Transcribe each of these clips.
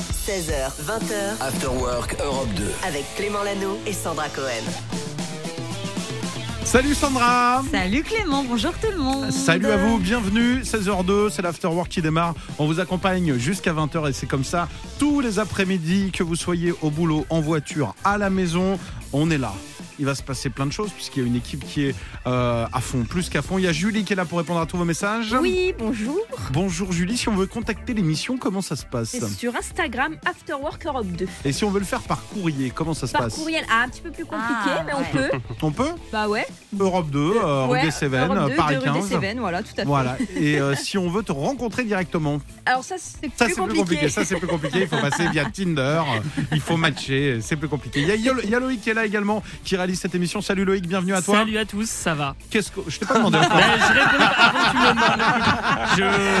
16h, 20h After Work Europe 2. avec Clément Lano et Sandra Cohen. Salut Sandra Salut Clément, bonjour tout le monde. Salut à vous, bienvenue, 16h02, c'est l'afterwork qui démarre. On vous accompagne jusqu'à 20h et c'est comme ça tous les après-midi, que vous soyez au boulot, en voiture, à la maison, on est là. Il va se passer plein de choses puisqu'il y a une équipe qui est euh, à fond, plus qu'à fond. Il y a Julie qui est là pour répondre à tous vos messages. Oui, bonjour. Bonjour Julie, si on veut contacter l'émission, comment ça se passe C'est sur Instagram Afterwork Europe 2. Et si on veut le faire par courrier, comment ça se Par passe courriel, ah, un petit peu plus compliqué, Ah, mais ouais. on peut. On peut Bah ouais. Europe 2, euh, rue ouais, des Cévennes, Europe 2, Paris de rue 15. des Cévennes, voilà, tout à fait. Voilà, et euh, si on veut te rencontrer directement, Alors ça, c'est Ça, plus, c'est plus compliqué. Ça, c'est plus compliqué. Il faut passer via Tinder. Il faut matcher. C'est plus compliqué. Il y, a Yol- il y a Loïc qui est là également, qui réalise cette émission. Salut Loïc, bienvenue à toi. Salut à tous, ça va Qu'est-ce que je t'ai pas demandé Ben, Je réponds avant que tu me demandes. Je-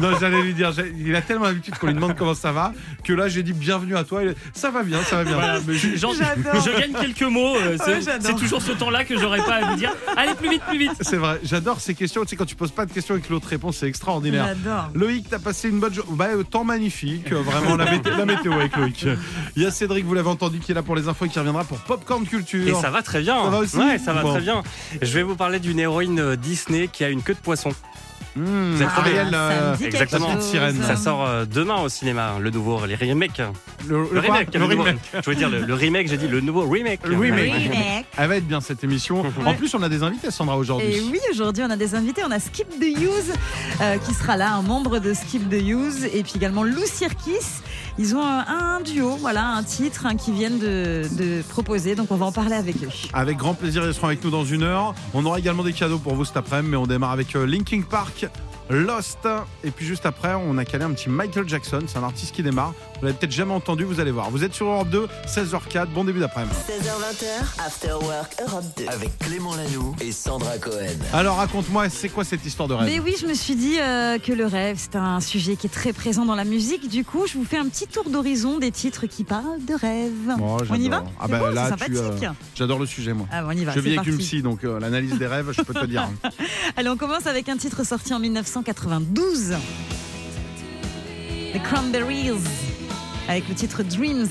Non, j'allais lui dire. j'ai- Il a tellement l'habitude qu'on lui demande comment ça va que là, j'ai dit bienvenue à toi. Il- Ça va bien, ça va bien. voilà, mais je- j'en- je gagne quelques mots. euh, c'est- C'est toujours ce temps-là que j'aurais pas à vous dire. Allez, plus vite, plus vite. C'est vrai. J'adore ces questions. Tu sais, quand tu poses pas de questions et que l'autre réponse, c'est extraordinaire. J'adore. Loïc, t'as passé une bonne journée. Bah, euh, temps magnifique, euh, vraiment la, mété- la météo avec Loïc. Il y a Cédric, vous l'avez entendu, qui est là pour les infos et qui reviendra pour Popcorn Culture. Et ça va très bien. Ça va aussi Ouais, ça va Bon. très bien. Je vais vous parler d'une héroïne euh, Disney qui a une queue de poisson. Mmh, Vous êtes Ariel, Ah, réel, euh, exactement. Petite sirène. Ça sort euh, demain au cinéma, hein, le nouveau les remake. Ah. Le, Le quoi remake, Le nouveau- remake. Je veux dire le, le remake, j'ai dit le nouveau remake. Le remake. Oui, mec. Elle va être bien cette émission. En plus, on a des invités, Sandra, aujourd'hui. Et Eh oui, aujourd'hui, on a des invités. On a Skip the Use euh, qui sera là, un membre de Skip the Use, et puis également Lou Sirkis. Ils ont un, un duo, voilà, un titre hein, qu'ils viennent de, de proposer. Donc, on va en parler avec eux. Avec grand plaisir, ils seront avec nous dans une heure. On aura également des cadeaux pour vous cet après-midi, mais on démarre avec euh, Linkin Park, Lost. Et puis juste après, on a calé un petit Michael Jackson. C'est un artiste qui démarre. Vous l'avez peut-être jamais entendu, vous allez voir. Vous êtes sur Europe 2, 16h04. Bon début d'après-midi. 16h, 20h After Work Europe 2. Avec Clément Lanoux et Sandra Cohen. Alors raconte-moi, c'est quoi cette histoire de rêve Mais oui, je me suis dit euh, que le rêve, c'est un sujet qui est très présent dans la musique. Du coup, je vous fais un petit tour d'horizon des titres qui parlent de rêve. Oh, on y j'adore. va Ah C'est bah, bon, là, c'est tu, euh, sympathique. J'adore le sujet, moi. Ah, bon, on y va. je vis c'est avec une parti. psy, donc euh, l'analyse des rêves, je peux te dire. Allez, on commence avec un titre sorti en 1992. The Cranberries, avec le titre Dreams.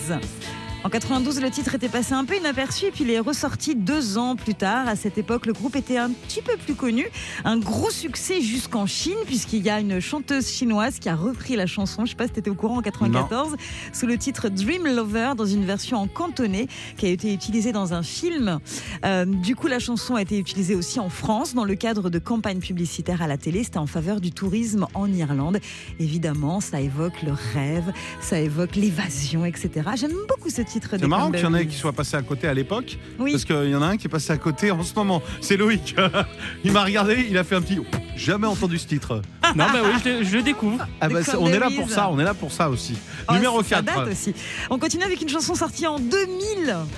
En 92, le titre était passé un peu inaperçu et puis il est ressorti deux ans plus tard. À cette époque, le groupe était un petit peu plus connu. Un gros succès jusqu'en Chine, puisqu'il y a une chanteuse chinoise qui a repris la chanson. Je sais pas si tu étais au courant en 94, sous le titre Dream Lover, dans une version en cantonais qui a été utilisée dans un film. Euh, du coup, la chanson a été utilisée aussi en France dans le cadre de campagnes publicitaires à la télé. C'était en faveur du tourisme en Irlande. Évidemment, ça évoque le rêve, ça évoque l'évasion, etc. J'aime beaucoup ce titre. C'est marrant qu'il y en ait qui soient passés à côté à l'époque. Oui. Parce qu'il y en a un qui est passé à côté en ce moment. C'est Loïc. il m'a regardé, il a fait un petit. Jamais entendu ce titre. Non, bah oui, je, le- je le découvre. Ah bah, The c'est- on est là Cranberries. pour ça, on est là pour ça aussi. Oh, Numéro ça 4. date aussi. On continue avec une chanson sortie en 2000. Ah,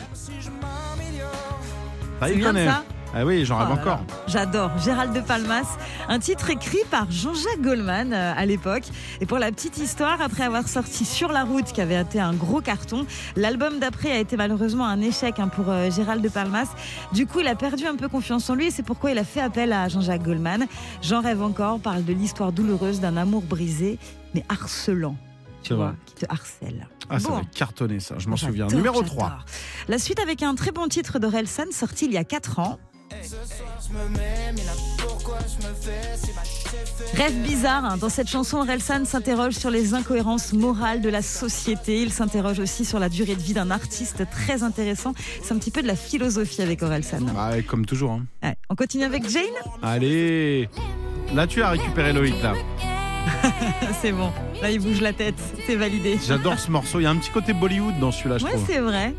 C'est il bien de connaît. ça Ah oui, j'en rêve Oh là encore. là. J'adore. Gérald de Palmas, un titre écrit par Jean-Jacques Goldman euh, à l'époque. Et pour la petite histoire, après avoir sorti Sur la route, qui avait été un gros carton, l'album d'après a été malheureusement un échec hein, pour euh, Gérald de Palmas. Du coup, il a perdu un peu confiance en lui et c'est pourquoi il a fait appel à Jean-Jacques Goldman. J'en rêve encore parle de l'histoire douloureuse d'un amour brisé, mais harcelant. Tu C'est vois, vrai. qui te harcèle. Ah, ça Bon. va cartonner ça, je m'en souviens. J'adore, Numéro j'adore. 3. La suite avec un très bon titre d'Orelsan sorti il y a 4 ans. Rêve bizarre, hein. dans cette chanson, Orelsan s'interroge sur les incohérences morales de la société. Il s'interroge aussi sur la durée de vie d'un artiste très intéressant. C'est un petit peu de la philosophie avec Orelsan. Ah, comme toujours. hein. Ouais. On continue avec Jane Allez. Là, tu as récupéré Loïc là. C'est bon, là il bouge la tête, c'est validé. J'adore ce morceau. Il y a un petit côté Bollywood dans celui-là, je Ouais, trouve. c'est vrai.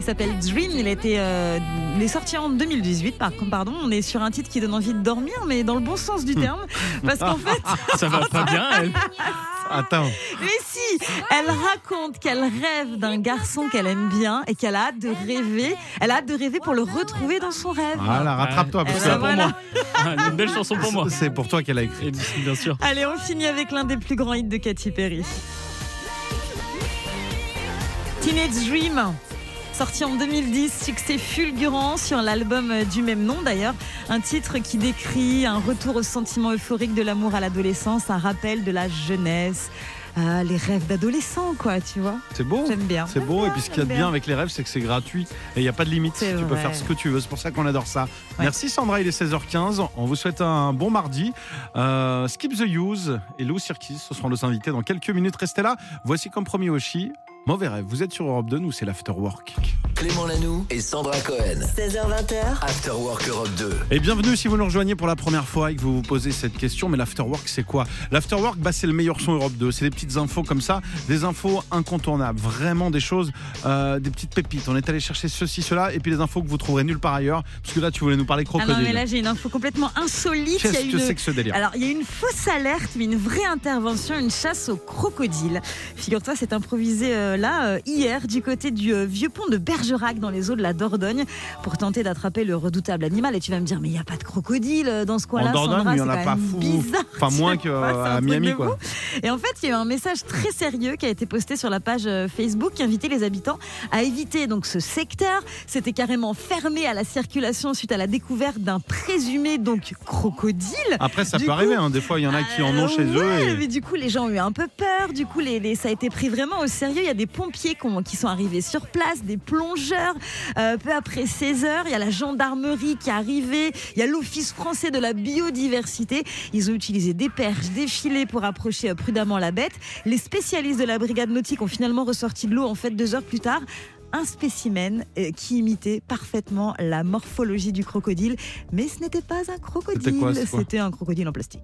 Il s'appelle Dream. Il était, euh, il est sorti en 2018. Par contre, pardon, on est sur un titre qui donne envie de dormir, mais dans le bon sens Hmm. du terme, parce qu'en fait, Ça va pas bien. elle. Attends. mais si, elle raconte qu'elle rêve d'un garçon qu'elle aime bien et qu'elle a hâte de rêver. Elle a hâte de rêver pour le retrouver dans son rêve. Voilà, rattrape-toi parce Eh que c'est ben pour voilà. moi. Ah, Une belle chanson pour moi. C'est pour toi qu'elle a écrit. Et bien sûr. Allez, on finit avec l'un des plus grands hits de Katy Perry. Teenage Dream. Sorti en 2010, succès fulgurant sur l'album du même nom d'ailleurs. Un titre qui décrit un retour au sentiment euphorique de l'amour à l'adolescence, un rappel de la jeunesse. ah, les rêves d'adolescent, quoi, tu vois. C'est beau. J'aime bien. C'est beau. Et puis ce qu'il y a de bien avec les rêves, c'est que c'est gratuit et il n'y a pas de limite. Tu C'est peux vrai. faire ce que tu veux. C'est pour ça qu'on adore ça. Ouais. Merci Sandra, il est 16h15. On vous souhaite un bon mardi. Euh, Skip the Use et Lou Sirkis, ce seront nos invités dans quelques minutes. Restez là. Voici comme promis Oshi. Mauvais rêve. Vous êtes sur Europe 2, nous c'est l'Afterwork. Clément Lanoux et Sandra Cohen. 16h20h, After Work Europe 2. Et bienvenue si vous nous rejoignez pour la première fois et que vous vous posez cette question. Mais l'afterwork, c'est quoi L'afterwork, bah, c'est le meilleur son Europe 2. C'est des petites infos comme ça, des infos incontournables, vraiment des choses, euh, des petites pépites. On est allé chercher ceci, cela, et puis les infos que vous trouverez nulle part ailleurs. Parce que là, tu voulais nous parler Ah crocodile. non, mais là, j'ai une info complètement insolite. Il y a Qu'est-ce que une- c'est que ce délire Alors, il y a une fausse alerte, mais une vraie intervention, une chasse aux crocodiles. Figure-toi, c'est improvisé euh, là, euh, hier, du côté du euh, vieux pont de Bergerac, dans les eaux de la Dordogne, pour tenter d'attraper le redoutable animal. Et tu vas me dire, mais il n'y a pas de crocodile euh, dans ce coin-là. En Dordogne, Sandra, il y en a c'est pas quand même fou. Bizarre. Enfin, moins tu vois, c'est un qu'à truc Miami, de quoi. et en fait, il y a eu un message très sérieux qui a été posté sur la page euh, Facebook qui invitait les habitants à éviter donc ce secteur. C'était carrément fermé à la circulation suite à la découverte d'un présumé donc crocodile. Après, ça Du peut coup, arriver. hein. Des fois, il y en a qui en ont Euh, chez ouais, eux. mais Et... du coup, les gens ont eu un peu peur. Du coup, les, les- ça a été pris vraiment au sérieux. Il y a des pompiers qui, ont- qui sont arrivés sur place, des plongeurs. Euh, peu après 16 heures, il y a la gendarmerie qui est arrivée. Il y a l'Office français de la biodiversité. Ils ont utilisé des perches, des filets pour approcher euh, prudemment la bête. Les spécialistes de la brigade nautique ont finalement ressorti de l'eau, en fait, deux heures plus tard. Un spécimen euh, qui imitait parfaitement la morphologie du crocodile, mais ce n'était pas un crocodile, quoi, c'est quoi c'était un crocodile en plastique.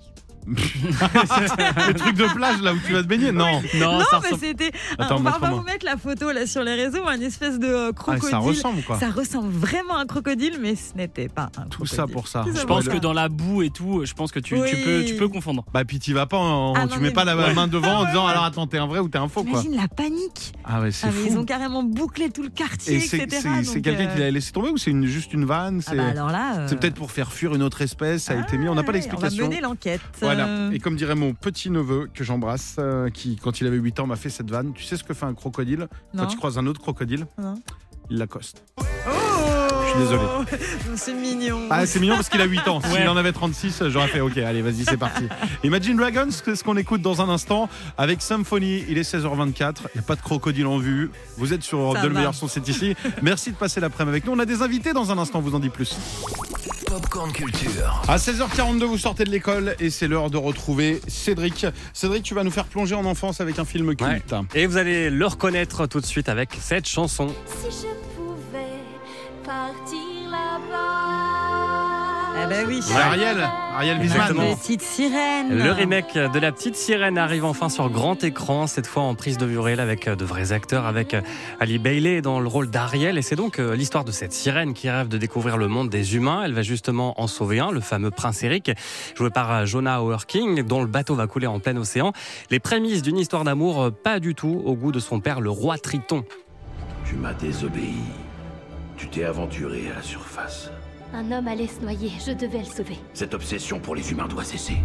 Le truc de plage, là où tu vas te baigner Non. Non, Non, ça mais ressemble- c'était. Attends, on va, on va montre-moi. vous mettre la photo là sur les réseaux, un espèce de euh, Ah, crocodile. ça ressemble, quoi. Ça ressemble vraiment à un crocodile, mais ce n'était pas un Tout crocodile. ça pour ça. Tout Je Je pour pense ça. que dans la boue et tout, je pense que tu, tu Oui. peux, tu peux confondre. Bah, puis t'y vas pas, en- Ah, tu non, mets mais- Ah pas la Ouais. main devant en disant alors attends, t'es un vrai ou t'es un faux, quoi. Imagine la panique. Ah ouais, c'est Ah, mais ils ont fou. carrément bouclé tout le quartier, Et c'est etc. c'est- c'est donc, quelqu'un euh, qui l'a laissé tomber ou c'est une- juste une vanne Ah C'est bah alors là. euh, Ah c'est peut-être pour faire fuir une autre espèce, ça a été mis, on n'a pas ouais, On l'explication. va mener l'enquête. Voilà, Euh, et comme dirait mon petit neveu que j'embrasse, euh, qui quand il avait 8 ans m'a fait cette vanne, tu sais ce que fait un crocodile non. Quand il croise un autre crocodile, Non. il l'accoste. Oh Je suis désolé. C'est mignon. Ah, c'est mignon parce qu'il a 8 ans. S'il Ouais. en avait 36, j'aurais fait OK, allez, vas-y, c'est parti. Imagine Dragons, c'est ce qu'on écoute dans un instant avec Symphony. Il est 16h24. Il n'y a pas de crocodile en vue. Vous êtes sur Europe Ça 2, le va. meilleur son, c'est ici. Merci de passer l'après-midi avec nous. On a des invités dans un instant, on vous en dit plus. Popcorn Culture. À 16h42, vous sortez de l'école et c'est l'heure de retrouver Cédric. Cédric, tu vas nous faire plonger en enfance avec un film Ouais. culte. Et vous allez le reconnaître tout de suite avec cette chanson. Si je pouvais partir là-bas. Ah bah oui. C'est Ariel, Ariel Wiesmann. Exactement. Petite sirène. Le remake de La Petite Sirène arrive enfin sur grand écran, cette fois en prise de vue réelle avec euh, de vrais acteurs, avec euh, Ali Bailey dans le rôle d'Ariel. Et c'est donc euh, l'histoire de cette sirène qui rêve de découvrir le monde des humains. Elle va justement en sauver un, le fameux prince Eric, joué par euh, Jonah Howard King, dont le bateau va couler en plein océan. Les prémices d'une histoire d'amour euh, pas du tout au goût de son père, le roi Triton. Tu m'as désobéi. Tu t'es aventuré à la surface. Un homme allait se noyer, je devais le sauver. Cette obsession pour les humains doit cesser.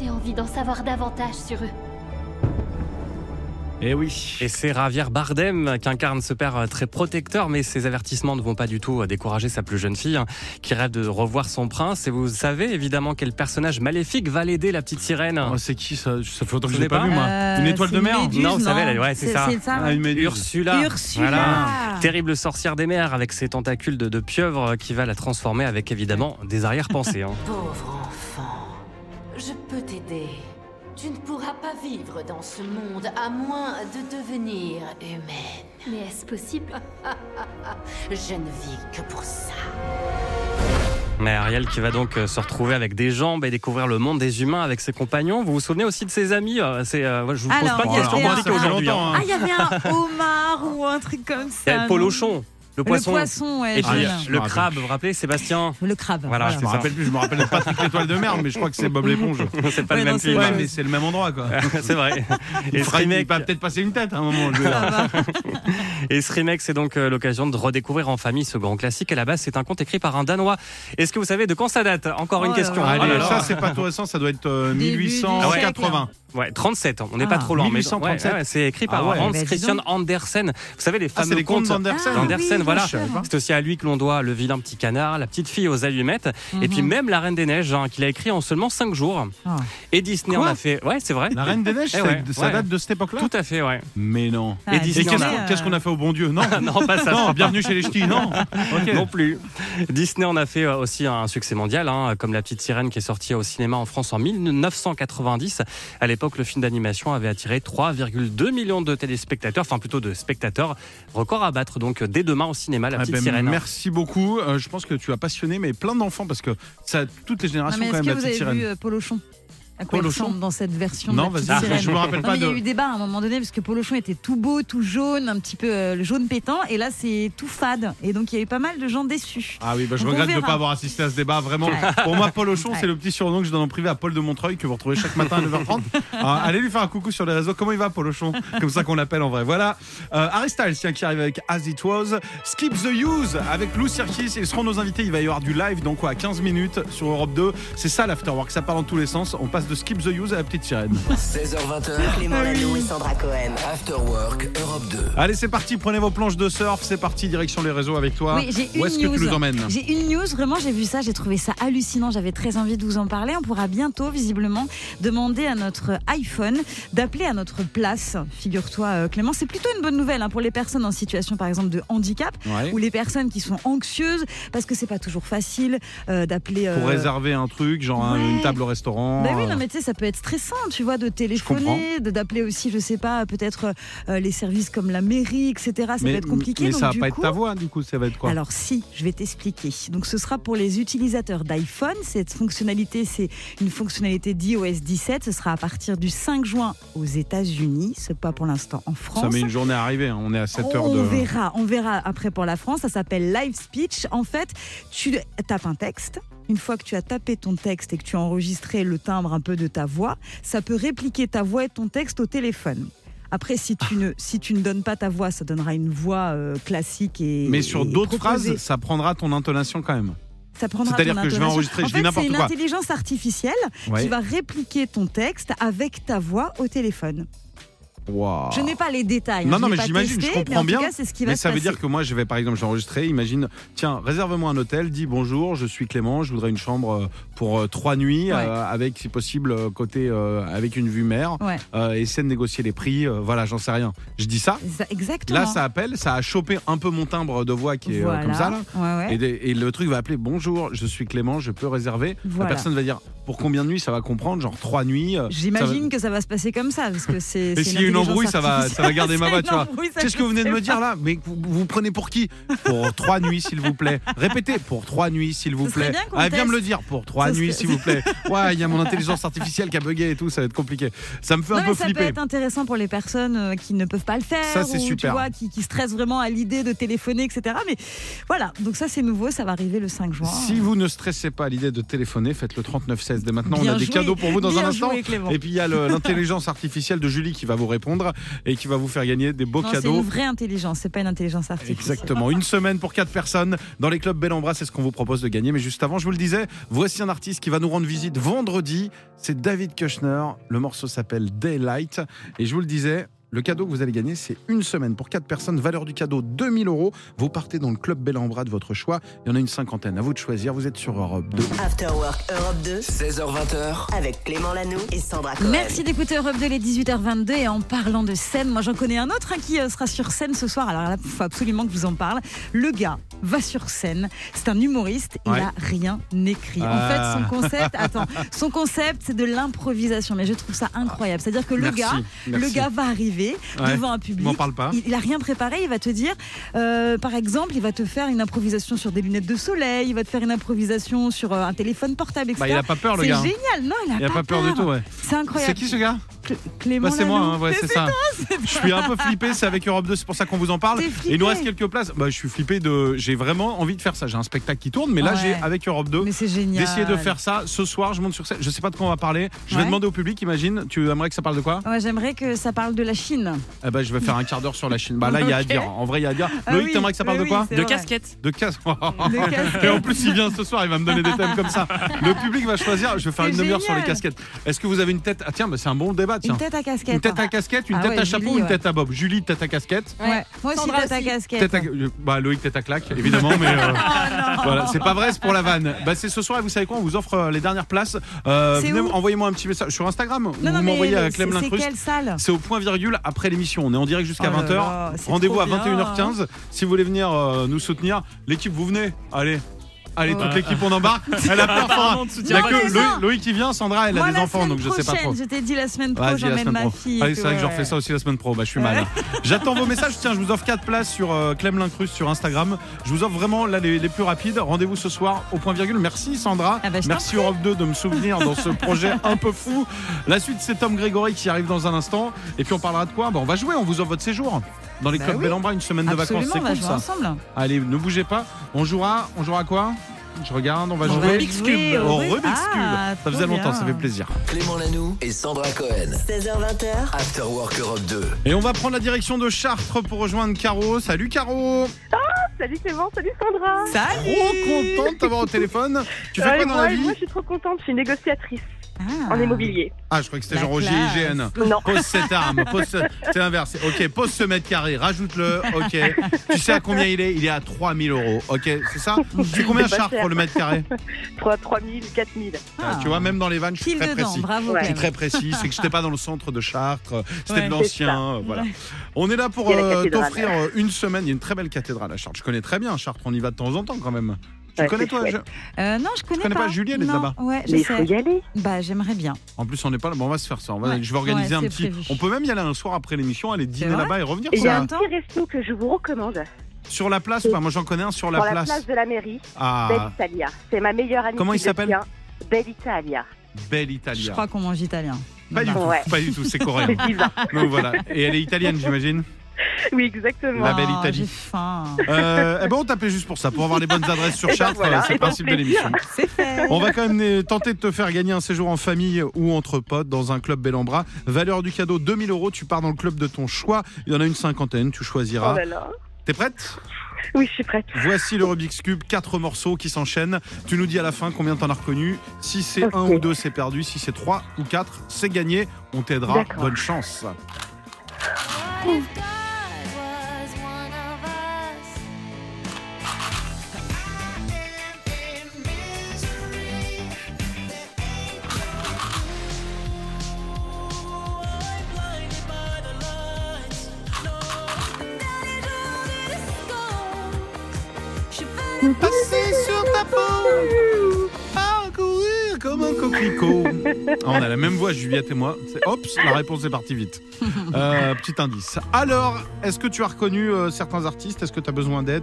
J'ai envie d'en savoir davantage sur eux. Eh oui. Et c'est Javier Bardem qu'incarne ce père euh, très protecteur, mais ses avertissements ne vont pas du tout euh, décourager sa plus jeune fille, hein, qui rêve de revoir son prince. Et vous savez évidemment quel personnage maléfique va l'aider, la petite sirène. Oh, c'est qui ça Ça fait longtemps que Ce je l'ai n'est pas, pas vu, moi. Euh, une étoile c'est de mer méduse, Non, ça va, elle- ouais, c'est ça. C'est ça. Ah, une méduse. Ursula. Ursula. Voilà. Terrible sorcière des mers avec ses tentacules de, de pieuvre euh, qui va la transformer avec évidemment des arrière-pensées. hein. Pauvre enfant, je peux t'aider. Tu ne pourras pas vivre dans ce monde à moins de devenir humaine. Mais est-ce possible Je ne vis que pour ça. Mais Ariel qui va donc euh, se retrouver avec des jambes et découvrir le monde des humains avec ses compagnons. Vous vous souvenez aussi de ses amis euh, c'est, euh, voilà, Je vous pose Alors, pas Bon, de alors, questions moi, ça compliquées fait aujourd'hui. hein. longtemps, hein. Ah, il y avait un homard ou un truc comme ça. Il y a le non polochon, le poisson. Le poisson, ouais, Et je puis l'ai. je me le rappelle crabe, plus. vous vous rappelez Sébastien Le crabe. Voilà, Je me rappelle plus, je me rappelle pas toute l'étoile de mer, mais je crois que c'est Bob l'éponge. C'est pas Ouais, le même non, c'est film. vrai. Ouais, mais c'est le même endroit, quoi. c'est vrai. Il Et ce fera- il remake, va peut-être passer une tête hein, à un moment. le gars. et ce remake, c'est donc euh, l'occasion de redécouvrir en famille ce grand classique. À la base, c'est un conte écrit par un Danois. Est-ce que vous savez de quand ça date Encore une Oh là question. là. Oh là Allez, là. ça c'est pas tout récent, ça doit être euh, Début du 1880. Ouais, 37 ans. On n'est pas Ah, trop loin. mais- 1837. ouais, ouais, c'est écrit par Ah ouais. Hans Bah, dis Christian donc. Andersen. Vous savez, les Ah, fameux c'est les contes d'Andersen. d'Andersen, voilà. Je savais pas. C'est aussi à lui que l'on doit le vilain petit canard, la petite fille aux allumettes, et puis même la Reine des Neiges, hein, qu'il a écrit en seulement 5 jours. Mhm. Ah. Et Disney en Quoi a fait. Ouais, c'est vrai. La Reine des Neiges, Eh ça- ouais, ça ouais. date de cette époque-là Tout à fait, ouais. Mais non. Ah, Et, Disney, qu'est-ce on a- qu'est-ce qu'on a fait au bon Dieu Non. Ah, Non, pas ça. Non, bienvenue chez les ch'tis, non. Ok. Non plus. Disney en a fait euh, aussi un succès mondial, hein, comme La Petite Sirène qui est sortie au cinéma en France en 1990. À l'époque, le film d'animation avait attiré 3,2 millions de téléspectateurs, enfin plutôt de spectateurs. Record à battre donc dès demain au cinéma, La Ah Petite ben, Sirène. merci beaucoup. Euh, je pense que tu as passionné mais plein d'enfants parce que ça a toutes les Non, générations mais quand même est-ce que la vous petite avez sirène. vu euh, Polochon à quoi Polochon il ressemble dans cette version Non, de la vas-y, ah, petite sirène je me rappelle Non, pas mais Il y a de- eu débat à un moment donné parce que Polochon était tout beau, tout jaune, un petit peu euh, le jaune pétant, et là c'est tout fade. Et donc il y a eu pas mal de gens déçus. Ah oui, bah, je Donc, on regrette de ne verra. pas avoir assisté à ce débat. Vraiment, Ouais. pour moi, Paul Auchon, Ouais. c'est le petit surnom que je donne en privé à Paul de Montreuil que vous retrouvez chaque matin à 9h30. Ah, allez lui faire un coucou sur les réseaux. Comment il va, Paul Auchon Comme ça qu'on l'appelle en vrai. Voilà. Euh, Harry Styles, tiens, qui arrive avec As It Was. Skip the Use avec Lou Cirkis. Ils seront nos invités. Il va y avoir du live dans quoi 15 minutes sur Europe 2. C'est ça l'afterwork. Ça part dans tous les sens. On passe de Skip the Use à la petite sirène. 16h20h, Clément Lanou et Sandra Cohen. After Work Europe 2. allez, c'est parti. Prenez vos planches de surf. C'est parti. Direction les réseaux avec toi. Oui, j'ai une Où est-ce que news. tu nous emmènes J'ai une news, vraiment, j'ai vu ça, j'ai trouvé ça hallucinant, j'avais très envie de vous en parler. On pourra bientôt, visiblement, demander à notre iPhone d'appeler à notre place. Figure-toi, euh, Clément, c'est plutôt une bonne nouvelle hein, pour les personnes en situation, par exemple, de handicap Ouais. ou les personnes qui sont anxieuses parce que c'est pas toujours facile euh, d'appeler. euh, Pour réserver un truc, genre un- Ouais. une table au restaurant. bah oui, non, mais tu sais, ça peut être stressant, tu vois, de téléphoner, de- d'appeler aussi, je sais pas, peut-être euh, les services comme la mairie, etc. Ça peut être compliqué. mais donc ça va du pas être coup- ta voix, du coup, ça va être quoi Alors si, je vais t'expliquer. Donc ce sera pour les utilisateurs d'iPhone. Cette fonctionnalité, c'est une fonctionnalité d'iOS 17. Ce sera à partir du 5 juin aux États-Unis. Ce pas pour l'instant en France. Oh, Ça met une journée à arriver, hein, on est à 7 heures on de. verra, on verra après pour la France. Ça s'appelle Live Speech. En fait, tu tapes un texte. Une fois que tu as tapé ton texte et que tu as enregistré le timbre un peu de ta voix, ça peut répliquer ta voix et ton texte au téléphone. Après, si Ah. tu ne, si tu ne donnes pas ta voix, ça donnera une voix euh, classique et. Mais sur et d'autres proposée. phrases, ça prendra ton intonation quand même. Ça prendra C'est-à-dire ton que je vais intonation. enregistrer, En je dis fait, n'importe C'est une quoi. intelligence artificielle Ouais. qui va répliquer ton texte avec ta voix au téléphone. Waouh. Je n'ai pas les détails. hein, Ah. Non, je non, l'ai mais pas j'imagine, je testé, comprends mais en bien. tout cas, c'est ce qui va Mais se ça veut passer. dire que moi, je vais par exemple, j'ai enregistré, imagine, tiens, réserve-moi un hôtel, dis bonjour, je suis Clément, je voudrais une chambre euh, pour euh, trois nuits, Ouais. euh, avec si possible, euh, côté, euh, avec une vue mer, Ouais. euh, essayer de négocier les prix, euh, voilà, j'en sais rien. Je dis ça, Ça- Exactement. là, ça appelle, ça a chopé un peu mon timbre de voix qui est euh, Voilà. comme ça, là. Ouais, ouais. Et, des- et le truc va appeler bonjour, je suis Clément, je peux réserver. Voilà. La personne va dire pour combien de nuits ça va comprendre, genre trois nuits. euh, ça J'imagine va- que ça va se passer comme ça, parce que c'est. Et c'est s'il y a une intelligence embrouille, ça va, ça va garder ma voix, artificielle. tu vois. C'est une embrouille, ça, Qu'est-ce je que vous venez de sais me dire pas. là Mais vous, vous prenez pour qui Pour trois nuits, s'il vous plaît. Répétez, pour trois nuits, s'il vous Ce serait plaît. bien qu'on ah, viens teste. me le dire, pour trois Ça serait- nuits, s'il vous plaît. Ouais, il y a mon intelligence artificielle qui a bugué et tout, ça va être compliqué. Ça me fait Non, un mais peu ça flipper. peut être intéressant pour les personnes euh, qui ne peuvent pas le faire, Ça, c'est ou, tu super. vois, qui, qui stressent vraiment à l'idée de téléphoner, etc. Mais voilà, donc ça c'est nouveau, ça va arriver le 5 juin. Si vous ne stressez pas à l'idée de téléphoner, faites le 3916 dès maintenant. Bien on a des joué. cadeaux pour vous dans Bien un instant. joué, Clément. et puis il y a le- l'intelligence artificielle de Julie qui va vous répondre et qui va vous faire gagner des beaux Non, c'est une cadeaux. vraie intelligence, c'est pas une intelligence artificielle. Exactement, une semaine pour quatre personnes dans les clubs Bellambra, c'est ce qu'on vous propose de gagner. Mais juste avant, je vous le disais, voici un artiste qui va nous rendre visite vendredi. C'est David Kushner. Le morceau s'appelle Daylight. Et je vous le disais, le cadeau que vous allez gagner, c'est une semaine pour quatre personnes. Valeur du cadeau 2000 euros. Vous partez dans le club Bellambra de votre choix. Il y en a une cinquantaine. À vous de choisir. Vous êtes sur Europe 2. After Work Europe 2 16h20h, avec Clément Lanou et Sandra Cohen. Merci d'écouter Europe 2 les 18h22 et en parlant de scène, moi j'en connais un autre hein, qui euh, sera sur scène ce soir. Alors là, faut absolument que je vous en parle. Le gars va sur scène, c'est un humoriste, il Ouais. a rien écrit. Ah. En fait, son concept, attends, son concept c'est de l'improvisation, mais je trouve ça incroyable. C'est-à-dire que Merci, le gars, merci. le gars va arriver Ouais, devant un public, m'en parle pas. il, il a rien préparé, il va te dire, euh, par exemple, il va te faire une improvisation sur des lunettes de soleil, il va te faire une improvisation sur euh, un téléphone portable, etc. Bah, il a pas peur, le c'est gars. génial, non, il a, Il a pas peur du tout, ouais. C'est incroyable. C'est qui ce gars Cl- Clément Bah, c'est moi, Lanoux. hein, ouais, c'est ça. Je suis un peu flippé, c'est avec Europe 2, c'est pour ça qu'on vous en parle. T'es Et il nous reste flippé. quelques places. Bah, je suis flippé de. J'ai vraiment envie de faire ça. J'ai un spectacle qui tourne, mais là, Ouais. j'ai avec Europe 2. Mais c'est génial. D'essayer de faire ça ce soir, je monte sur scène. Je sais pas de quoi on va parler. Je vais Ouais. demander au public, imagine. Tu aimerais que ça parle de quoi Ouais, J'aimerais que ça parle de la Chine. Eh ben, je vais faire un quart d'heure sur la Chine. Bah là, il y a à Ok. dire. En vrai, il y a à dire. Ah Loïc, oui, t'aimerais que ça parle oui, de quoi oui, c'est De vrai. casquette. De casse. De casquette. Et en plus, il vient ce soir, il va me donner des thèmes comme ça. Le public va choisir. Je vais faire C'est une demi-heure sur les génial. casquettes. Est-ce que vous avez une tête Ah tiens, bah, c'est un bon débat ça, tiens. Une tête à casquette. Une tête à casquette, une Ah tête ouais, à chapeau, Julie, une ouais. tête à bob. Julie, tête à casquette. Ouais. Moi aussi, Sandra tête à aussi. casquette. Oh, Tête à... euh, Bah, Loïc, tête à claque, évidemment, mais. euh, Voilà, c'est pas vrai, c'est pour la vanne. Bah, c'est ce soir et vous savez quoi On vous offre euh, les dernières places. Euh, C'est venez, où envoyez-moi un petit message sur Instagram. Non, ou non, vous mais m'envoyez à c'est- Clem C'est Lincrust. quelle salle C'est au point virgule après l'émission. On est en direct jusqu'à Oh là 20h. là, c'est Rendez-vous trop à bien. 21h15. Si vous voulez venir euh, nous soutenir, l'équipe, vous venez. Allez. Allez, Oh. toute l'équipe, on embarque. Elle a peur. Apparemment, Sandra. de Il y a soutien. Non, que mais Lo- non. Loïc qui vient, Sandra, elle Moi, a des la enfants, semaine donc je sais pas prochaine, trop. Je t'ai dit la semaine pro, Vas-y, la j'emmène semaine ma pro. fille. et Ah oui, c'est tout, vrai que je ouais. refais ça aussi la semaine pro. Bah, je suis mal. J'attends vos messages. Tiens, je vous offre 4 places sur euh, Clem Lincrust sur Instagram. Je vous offre vraiment là les, les plus rapides. Rendez-vous ce soir au point virgule. Merci Sandra. Ah bah, je t'en Merci Europe 2 de me souvenir dans ce projet un peu fou. La suite, c'est Tom Grégory qui arrive dans un instant. Et puis on parlera de quoi bah, On va jouer. On vous offre votre séjour dans les Bah clubs oui. Bellambra, une semaine Absolument, bah, de on va vacances. C'est jouer cool ça. ensemble. Allez, ne bougez pas. On jouera. On jouera à quoi Je regarde. On va On va jouer Rubik's Cube. au Ah, Rubik's Cube. Ça trop faisait longtemps. bien. Ça fait plaisir. Clément Lanoux et Sandra Cohen. 16h20h, After Work Europe 2. Et on va prendre la direction de Chartres pour rejoindre Caro. Salut Caro. Oh, Salut Clément, salut Sandra. Salut trop content de t'avoir au téléphone. Tu fais Ouais, quoi dans la moi, moi, vie je suis trop contente, je suis négociatrice Ah. en immobilier. Ah, Oh. je crois que c'était La genre au classe. GIGN. Non, Pose cette arme, pose ce- c'est l'inverse. Ok, pose ce mètre carré, rajoute-le. Ok, tu sais à combien il est Il est à 3000 euros. Ok, c'est ça C'est combien C'est pas Chartres cher. pour le mètre carré 3, 3 000, 4 000. Ah, Tu vois, même dans les vannes, je suis Pile très dedans, précis. bravo. Ouais. Je suis très Clem. précis, c'est que j'étais pas dans le centre de Chartres, c'était Ouais. de l'ancien, euh, voilà. On est là pour Il y a la euh, cathédrale. t'offrir euh, une semaine, il y a une très belle cathédrale à Chartres. Je connais très bien Chartres, on y va de temps en temps quand même. Tu Ouais, connais c'est toi chouette. je- Euh, non, je connais, connais pas Julie, elle est Non, là-bas. Ouais, je Mais il faut sais. y aller. Bah, j'aimerais bien. En plus, on n'est pas là. Bon, on va se faire ça. On va- Ouais. Je vais organiser Ouais, un c'est petit. prévu. On peut même y aller un soir après l'émission, aller dîner vrai là-bas et revenir Et il sur y a la, un petit resto que je vous recommande sur la place. Enfin, moi, j'en connais un sur la sur la place. place de la mairie, Belle Ah, Italia. C'est ma meilleure amie. Comment que il je s'appelle tiens, Belle Italia. belle Je Italia. crois qu'on mange italien. Pas Bah, du Là-bas. tout. Ouais. Pas du tout. C'est coréen. C'est divin. Donc voilà. Et elle est italienne, j'imagine. Oui, Ah, exactement. La belle Oh, Italie. J'ai faim. Euh, eh ben, on t'appelait juste pour ça, pour avoir les bonnes adresses sur Et ben Chartres. voilà, C'est le et ben, principe de l'émission. C'est fait. On va quand même euh, tenter de te faire gagner un séjour en famille ou entre potes dans un club Bellambra. Valeur du cadeau 2000 euros. Tu pars dans le club de ton choix. Il y en a une cinquantaine. Tu Oh choisiras. là là. T'es prête Oui, je suis prête. Voici le Rubik's Cube, quatre morceaux qui s'enchaînent. Tu nous dis à la fin combien t'en as reconnu. Si c'est Ok. un ou deux, c'est perdu. Si c'est trois ou quatre, c'est gagné. On t'aidera. D'accord. Bonne chance. Passer sur ta peau, parcourir comme un coquelicot. Ah, on a la même voix, Juliette et moi. C'est- Hop, la réponse est partie vite. Euh, petit indice. Alors, est-ce que tu as reconnu euh, certains artistes Est-ce que tu as besoin d'aide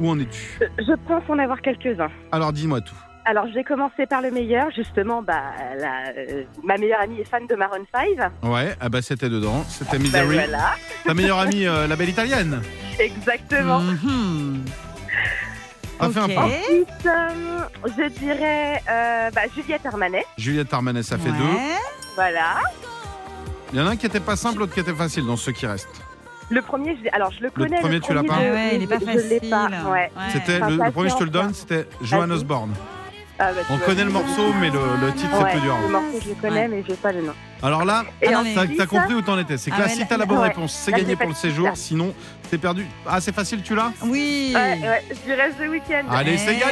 Où en es-tu Je pense en avoir quelques-uns. Alors, dis-moi tout. Alors, j'ai commencé par le meilleur. Justement, bah, la- euh, ma meilleure amie est fan de Maroon 5. Bah, Ouais, ah bah c'était dedans. C'était Misery. ben voilà. Ta meilleure amie, euh, la belle italienne, Mm. Exactement. Mhm. a fait un Ok. pas. Ensuite, euh, je dirais euh, bah, Juliette Armanet. Juliette Armanet, ça fait Ouais. deux. Voilà. Il y en a un qui était pas simple, l'autre qui était facile dans ceux qui restent. Le premier, je- alors je le connais. premier, tu l'as Ah pas je- ouais, il est pas je facile. l'ai pas, ouais. Ouais. C'était Enfin, le, pas le premier, je te le sûr, donne, c'était Johannes Vas-y. Osborne. Ah, bah, tu On vois, connaît je- le morceau, mais le, le titre Ouais, c'est plus dur. Le morceau, je le connais, Ouais. mais je n'ai pas le nom. Alors là, Et Ah non, mais- t'as ensuite, t'as compris où t'en étais. C'est Ah que là, ouais, si là- t'as la bonne ouais. réponse, c'est Là, gagné j'ai pas pour le de séjour. critères. Sinon, t'es perdu. Ah, c'est facile, tu l'as Oui. Ouais, ouais, je dirais The Weeknd. Allez, Eh, c'est gagné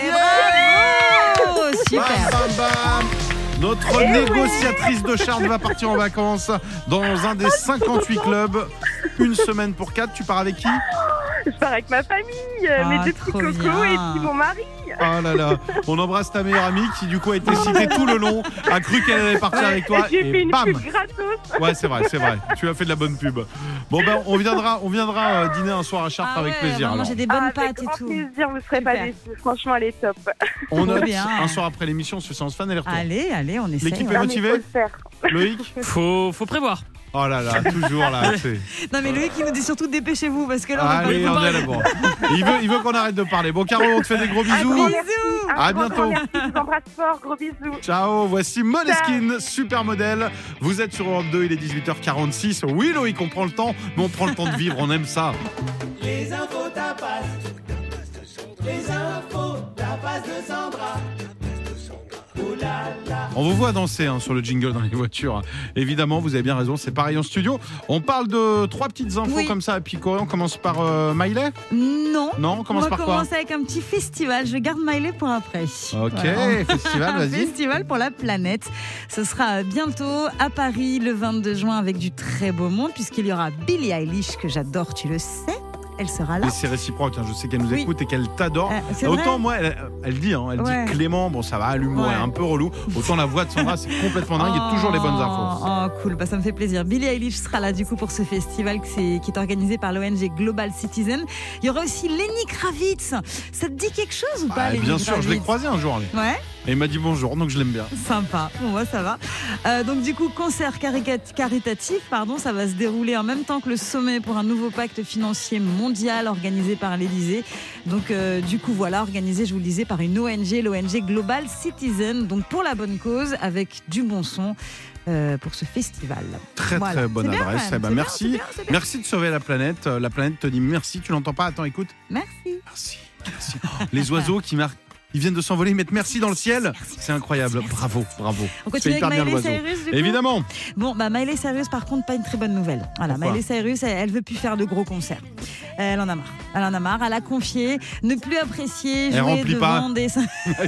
bravo Super. Bam, bam, bam. Notre négociatrice de Charles va partir en vacances dans un des 58 clubs. Une semaine pour quatre. Tu pars avec qui Je pars avec ma famille, euh, Ah, mes deux petits trop cocos bien. et puis mon mari. Oh là là, on embrasse ta meilleure amie qui du coup a été citée tout le long, a cru qu'elle allait partir avec toi J'ai fait et une bam pub gratos. Ouais c'est vrai, c'est vrai, tu as fait de la bonne pub. Bon ben on viendra, on viendra euh, dîner un soir à Chartres Ah avec ouais, plaisir. Vraiment, alors. j'ai des bonnes avec pâtes et grand tout. plaisir, vous ne serez pas Super. déçus. Franchement, elle est top. On Trop note bien. un soir après l'émission sur Séance Fan et les retours. Allez, allez, on essaye. L'équipe ouais. est Non, mais motivé faut le faire. Loïc Faut, faut prévoir. Oh là là, toujours là. c'est- Non mais Loïc, il nous dit surtout dépêchez-vous parce que là, on Allez, va on pas est à la bourre. Il veut, il veut qu'on arrête de parler. Bon Caro, on te fait des gros bisous. Bisous. Un À grand, grand bientôt. merci, Je vous embrasse fort. Gros bisous. Ciao, voici Moneskin, supermodèle. Vous êtes sur Europe 2, il est 18h46. Oui, Loïc, on prend le temps, mais on prend le temps de vivre, on aime ça. Les infos tapas. Les infos tapas de Sandra. On vous voit danser hein, sur le jingle dans les voitures. hein. Évidemment, vous avez bien raison, c'est pareil en studio. On parle de trois petites infos Oui. comme ça à picorer. On commence par euh, Miley Non. Non, on commence On va par quoi commencer avec un petit festival. Je garde Miley pour après. Ok, festival, un vas-y. festival pour la planète. Ce sera bientôt à Paris le 22 juin avec du très beau monde puisqu'il y aura Billie Eilish que j'adore, tu le sais. Elle sera là. Et c'est réciproque, hein. je sais qu'elle nous Oui. écoute et qu'elle t'adore. Euh, c'est Bah, autant vrai. moi, elle, elle dit, hein, elle Ouais. dit Clément, bon ça va, l'humour Ouais. est un peu relou. Autant la voix de Sandra, c'est complètement dingue, il y a toujours les bonnes infos. Oh, oh, cool, bah, ça me fait plaisir. Billie Eilish sera là du coup pour ce festival que c'est- qui est organisé par l'ONG Global Citizen. Il y aura aussi Lenny Kravitz. Ça te dit quelque chose ou pas Ah, Lenny bien sûr, je l'ai Kravitz croisé un jour. lui. Ouais. Et il m'a dit bonjour, donc je l'aime bien. Sympa, bon moi ça va. Euh, donc du coup, concert carica- caritatif, pardon, ça va se dérouler en même temps que le sommet pour un nouveau pacte financier mondial organisé par l'Elysée. Donc euh, du coup voilà, organisé, je vous le disais, par une ONG, l'ONG Global Citizen, donc pour la bonne cause, avec du bon son euh, pour ce festival. Très Voilà. très bonne C'est bien, adresse. quand Eh même, ben, c'est bien, merci. c'est bien, c'est bien. Merci de sauver la planète. Euh, La planète te dit merci, tu l'entends pas Attends, écoute. Merci. Merci, merci. Oh, Les oiseaux qui marquent. Ils viennent de s'envoler, ils mettent merci dans le ciel. C'est incroyable. Bravo, bravo. On C'est continue hyper bien avec Miley l'oiseau. Cyrus du coup Évidemment. Bon, bah Miley Cyrus, par contre, pas une très bonne nouvelle. Voilà, Pourquoi Miley Cyrus, elle, elle veut plus faire de gros concerts. Elle en a marre. Elle en a marre. Elle a confié ne plus apprécier Elle jouer remplit pas. devant des.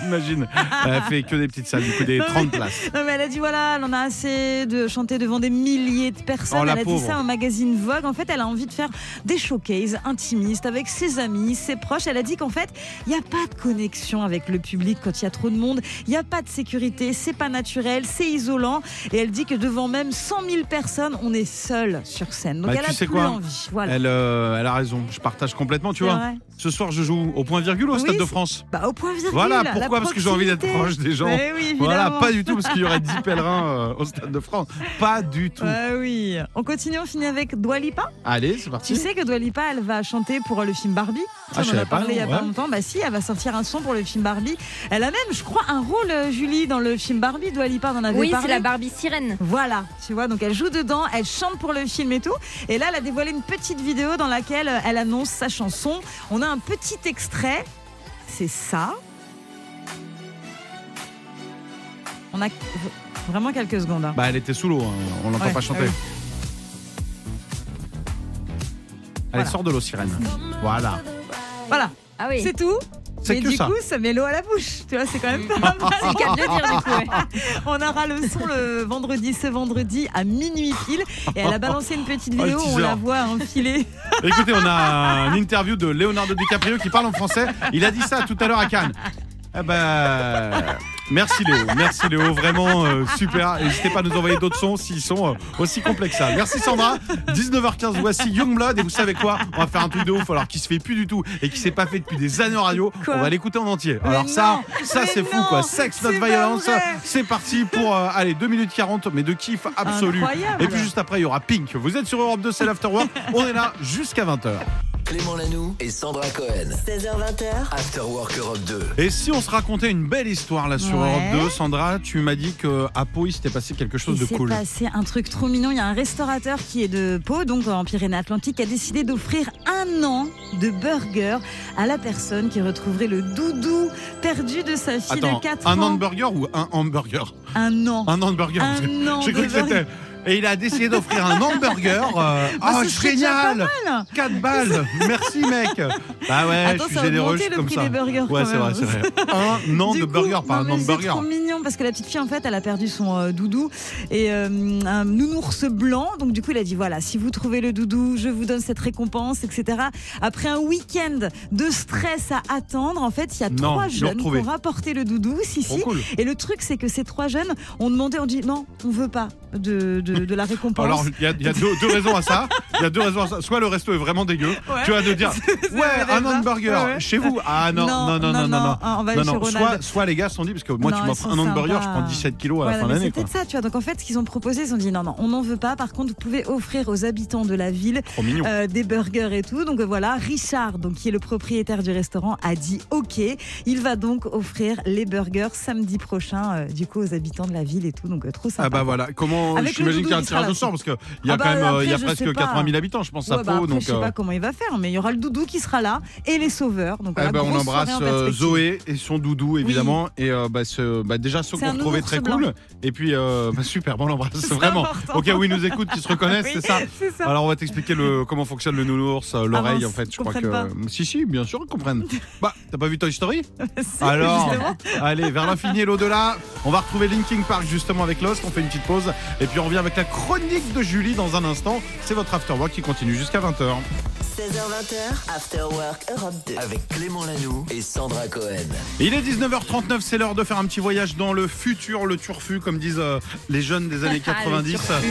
Imagine. Elle fait que des petites salles, du coup des Non, mais- 30 places. Non, mais elle a dit voilà, elle en a assez de chanter devant des milliers de personnes. Oh, la elle a pauvre. dit ça au magazine Vogue. En fait, elle a envie de faire des showcases intimistes avec ses amis, ses proches. Elle a dit qu'en fait, il n'y a pas de connexion avec le public quand il y a trop de monde. Il n'y a pas de sécurité, c'est pas naturel, c'est isolant. Et elle dit que devant même 100 000 personnes, on est seul sur scène. Donc Bah, elle tu a sais plus quoi envie. Voilà. Elle, euh, elle a raison, je partage complètement, tu C'est vois. vrai. Ce soir, je joue au point virgule ou au Oui, Stade de c'est- France Bah, au point virgule. Voilà, la pourquoi Parce que j'ai envie d'être proximité. proche des gens. Mais oui, voilà, évidemment. pas du tout, parce qu'il y aurait 10 pèlerins euh, au Stade de France. Pas du tout. Ah oui. On continue, on finit avec Dwalipa. Allez, c'est parti. Tu sais que Dua Lipa, elle va chanter pour le film Barbie. Tu Ah, sais, je on en savais a pas, parlé il y a non, pas ouais. longtemps. Bah si, elle va sortir un son pour le film Barbie. Elle a même, je crois, un rôle, euh, Julie, dans le film Barbie. Dua Lipa, on en avait Oui, parlé. c'est la Barbie sirène. Voilà, tu vois, donc elle joue dedans, elle chante pour le film et tout. Et là, elle a dévoilé une petite vidéo dans laquelle euh, elle annonce sa chanson. On a un petit extrait. C'est ça. On a vraiment quelques secondes. hein. Bah, elle était sous l'eau, hein, on l'entend Ouais, pas chanter. ah Allez, oui. Voilà. sort de l'eau, sirène. Voilà. Voilà. Ah oui. C'est tout. C'est Mais que du ça. coup, ça met l'eau à la bouche. Tu vois, c'est quand même pas mal. C'est le cas de le dire, du coup, ouais. On aura le son le vendredi, ce vendredi à minuit pile. Et elle a balancé une petite Oh, le vidéo où on teaser. la voit enfiler. Écoutez, on a une interview de Leonardo DiCaprio qui parle en français. Il a dit ça tout à l'heure à Cannes. Eh ben, merci Léo, merci Léo, vraiment euh, super. N'hésitez pas à nous envoyer d'autres sons s'ils sont euh, aussi complexes que ça. Merci Sandra. 19h15, voici Youngblood et vous savez quoi On va faire un truc de ouf alors qui se fait plus du tout et qui s'est pas fait depuis des années en radio. Quoi on va l'écouter en entier. Mais alors ça, non, ça mais c'est fou non, quoi. Sex not c'est pas violence. vrai. C'est parti pour euh, allez 2 minutes 40 mais de kiff absolu. Incroyable. Et puis juste après il y aura Pink. Vous êtes sur Europe 2, c'est l'Afterwork. On est là jusqu'à 20h. Clément Lanoux et Sandra Cohen. 16h20h, After Work Europe 2. Et si on se racontait une belle histoire là sur Ouais. Europe 2, Sandra, tu m'as dit que à Pau il s'était passé quelque chose Il de s'est cool. passé un truc trop mignon. Il y a un restaurateur qui est de Pau, donc en Pyrénées-Atlantiques, qui a décidé d'offrir un an de burger à la personne qui retrouverait le doudou perdu de sa fille Attends, de 4 un ans. hamburger ou un hamburger Un an. Un hamburger. Un Ah, an J'ai de cru que c'était. burger. Et il a décidé d'offrir un hamburger. euh, Bah, oh, ce serait déjà génial pas mal. 4 balles Merci, mec Bah ouais, je Attends, ça suis a généreux, augmenté je suis le comme prix ça. des burgers, ouais, quand c'est vrai, même. c'est vrai. Un an Du de coup, burger, pas non, un mais an de C'est burger. trop mignon parce que la petite fille, en fait, elle a perdu son euh, doudou et euh, un nounours blanc. Donc, du coup, il a dit voilà, si vous trouvez le doudou, je vous donne cette récompense, etc. Après un week-end de stress à attendre, en fait, il y a Non, trois ils l'ont jeunes qui retrouvé. ont rapporté le doudou. Si, Trop si. cool. Et le truc, c'est que ces trois jeunes ont demandé on dit non, on veut pas de, de- de la récompense. Alors, il y a, il y a deux, deux raisons à ça. Il y a deux raisons à ça. Soit le resto est vraiment dégueu. Ouais. Tu vas de dire, ouais, un hamburger Ouais, ouais. chez vous. Ah non, non, non, non, non. non, Ah, on va aller chez Soit, Ronald. soit les gars se sont dit, parce que moi, Non, tu ils m'offres sont un hamburger, je sympas. prends 17 kilos à Voilà, la fin de mais l'année. C'est quoi. peut-être ça, tu vois. Donc en fait, ce qu'ils ont proposé, ils ont dit non, non, on n'en veut pas. Par contre, vous pouvez offrir aux habitants de la ville Trop mignon. euh, des burgers et tout. Donc euh, voilà, Richard, donc qui est le propriétaire du restaurant, a dit OK. Il va donc offrir les burgers samedi prochain, euh, du coup, aux habitants de la ville et tout. Donc euh, trop sympa. Ah bah voilà, comment Avec le j'imagine doudou, qu'il y a un il sera tirage là au sort parce qu'il y a Ah bah, quand même euh, après, il y a je presque sais pas. 80 000 habitants, je pense Ouais, à bah, Pau. après, donc, je sais euh, pas comment il va faire, mais il y aura le doudou qui sera là et les sauveurs. Donc eh voilà, ben, on grosse embrasse soirée en euh, perspective. Zoé et son doudou évidemment et euh, bah, ce- bah, déjà déjà ceux C'est qu'on un retrouvait nounours très blanc. cool. Et puis, euh, bah, super, bon, on l'embrasse vraiment. important. Au cas où ils nous écoutent, ils se reconnaissent, Ah Oui, c'est ça c'est ça. Alors, on va t'expliquer le, comment fonctionne le nounours, euh, l'oreille, Ah en mince, fait. Je crois que. comprennent Si, si, bien sûr, ils comprennent. Bah, t'as pas vu Toy Story Si, Alors, justement. allez, vers l'infini et l'au-delà. On va retrouver Linking Park justement avec Lost. On fait une petite pause. Et puis, on revient avec la chronique de Julie dans un instant. C'est votre Afterwork qui continue jusqu'à 20h. 16h20, After Work Europe 2. Avec Clément Lanoux et Sandra Cohen. Il est 19h39, c'est l'heure de faire un petit voyage dans le futur, le turfu, comme disent euh, les jeunes des années Ah, le 90. turfu.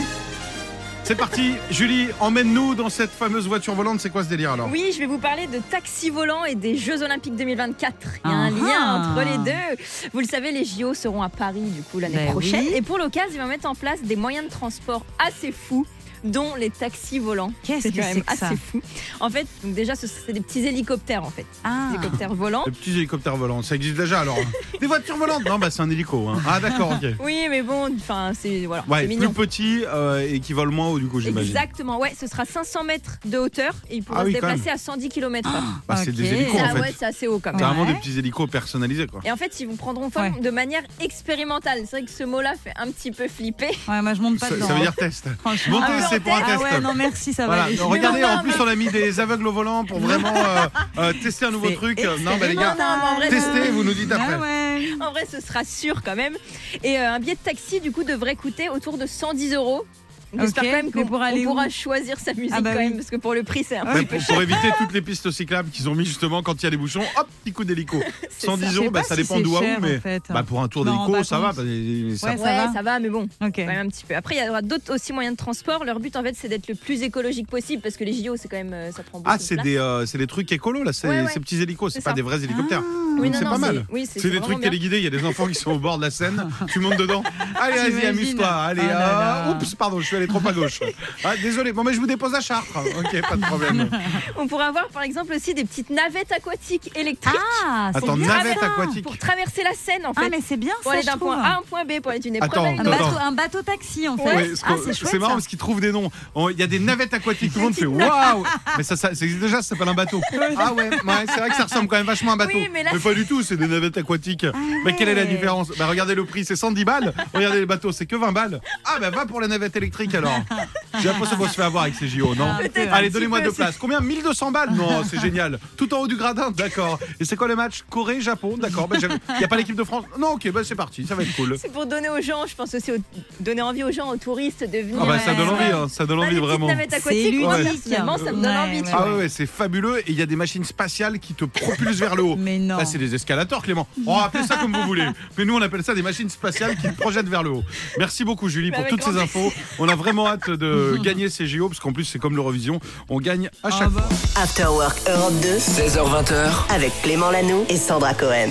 c'est parti, Julie, emmène-nous dans cette fameuse voiture volante. C'est quoi ce délire alors Oui, je vais vous parler de taxi volant et des Jeux Olympiques 2024. Il y a un Ah lien ah. entre les deux. Vous le savez, les JO seront à Paris du coup l'année Ben prochaine. oui. Et pour l'occasion, ils vont mettre en place des moyens de transport assez fous dont les taxis volants. Qu'est-ce C'est que quand même c'est que ça assez fou. En fait, donc déjà, ce- c'est des petits hélicoptères en fait. Ah. Des hélicoptères volants. Les petits hélicoptères volants, ça existe déjà alors Des voitures volantes Non, bah c'est un hélico. hein. Ah d'accord, ok. Oui, mais bon, enfin, c'est voilà, c'est Ouais, mignon. plus petit euh, et qui vole moins haut du coup, j'imagine. Exactement, ouais, ce sera 500 mètres de hauteur et il pourra Ah oui, se quand déplacer même. à 110 km/h. Bah, c'est des hélicos en fait. Ah ouais, c'est assez haut quand même. Carrément des petits hélicos personnalisés quoi. Et en fait, ils vous prendront forme de manière expérimentale. C'est vrai que ce mot-là fait un petit peu flipper. Ouais, Ah, moi je monte hein, Ça, ça veut dire test. Montez, hein. Ah, c'est pour un ah test. ouais, non, merci, ça va Voilà. aller. Non, Regardez, Mais non, en plus, on a mis des aveugles au volant pour vraiment euh, euh, tester un nouveau truc. euh, Non, mais les gars, Non, mais en vrai, testez, non. vous nous dites Ah après. En vrai, ce sera sûr quand même. Et euh, un billet de taxi, du coup, devrait coûter autour de 110 euros. Donc, J'espère Ok, quand même mais qu'on pour on aller où pourra choisir sa musique Ah bah quand oui. même, parce que pour le prix, c'est un Mais petit peu pour, cher. pour éviter toutes les pistes cyclables qu'ils ont mis justement quand il y a des bouchons, hop, petit coup d'hélico. C'est ça. 110 Je euros, sais bah, pas ça si dépend c'est d'où à où, cher, en mais fait. bah, pour un tour Je m'en rends d'hélico, pas ça va. compte. parce que ça- Ouais, Ouais, ça va. mais bon. Ok. quand même un petit peu. Après, il y aura d'autres aussi moyens de transport. Leur but, en fait, c'est d'être le plus écologique possible parce que les JO, c'est quand même, euh, ça prend beaucoup Ah, de c'est place. des, euh, c'est des trucs écolos là, c'est Ouais, ouais. ces petits hélicos, c'est C'est pas ça. Ah. des vrais hélicoptères. Oui, Donc, non, c'est non, pas c'est- mal. oui, c'est- c'est c'est des trucs vraiment bien. téléguidés, il y a des enfants qui sont au bord de la Seine, tu montes dedans. Allez, vas-y, J'imagine. amuse-toi. Allez, Oh là ah, là. oups, pardon, je suis allé trop à gauche. Ah, désolé, bon, mais je vous dépose à Chartres. Ok, pas de problème. On pourra avoir, par exemple, aussi des petites navettes aquatiques électriques. Ah, Attends, bien. navette Ah, aquatique. pour traverser la Seine en fait. Ah, mais c'est bien pour ça, aller je d'un point trouve. hein. A à un point B pour aller d'une épreuve Ah, Attends, à une Un autre. bateau, un bateau taxi en fait. Ouais, ce ah, qu'on- c'est chouette. c'est marrant ça. parce qu'ils trouvent des noms. On- Il y a des navettes aquatiques, tout le monde fait waouh! Mais ça, ça, ça existe déjà, ça s'appelle un bateau. Ah ouais, ouais, c'est vrai que ça ressemble quand même vachement à un bateau. Oui, mais là- pas du tout, c'est des navettes aquatiques. Mais quelle est la différence? Bah regardez le prix, c'est 110 balles. Regardez les bateaux, c'est que 20 balles. Ah bah va pour la navette électrique alors. J'ai l'impression qu'on se fait avoir avec ces JO, non? Un peu, un Allez, petit donnez-moi peu, deux c'est- places. Combien? 1200 balles? Non, c'est génial. Tout en haut du gradin, d'accord. Et c'est quoi le match? Corée, Japon, d'accord. Bah, j'avais- Il n'y a pas l'équipe de France? Non, ok, bah c'est parti, ça va être cool. C'est pour donner aux gens, je pense aussi, aux- donner envie aux gens, aux touristes de venir. Ah bah ça euh, donne envie, hein, ça faire donne des envie petites vraiment. navettes C'est aquatiques, moi ludique. hein. personnellement, ça me donne Ouais, envie. tu ouais. vois. Ah ouais, ouais, c'est fabuleux et il y a des machines spatiales qui te propulsent vers le haut. Mais non. Là, c'est des escalators, Clément. On va appeler ça comme vous voulez. Mais nous, on appelle ça des machines spatiales qui te projettent vers le haut. Merci beaucoup, Julie, Mais pour avec toutes ces grand infos. On a vraiment hâte de gagner ces JO, parce qu'en plus, c'est comme l'Eurovision. On gagne Ah à bah, chaque fois. After Work Europe 2, 16h20. avec Clément Lanoux et Sandra Cohen.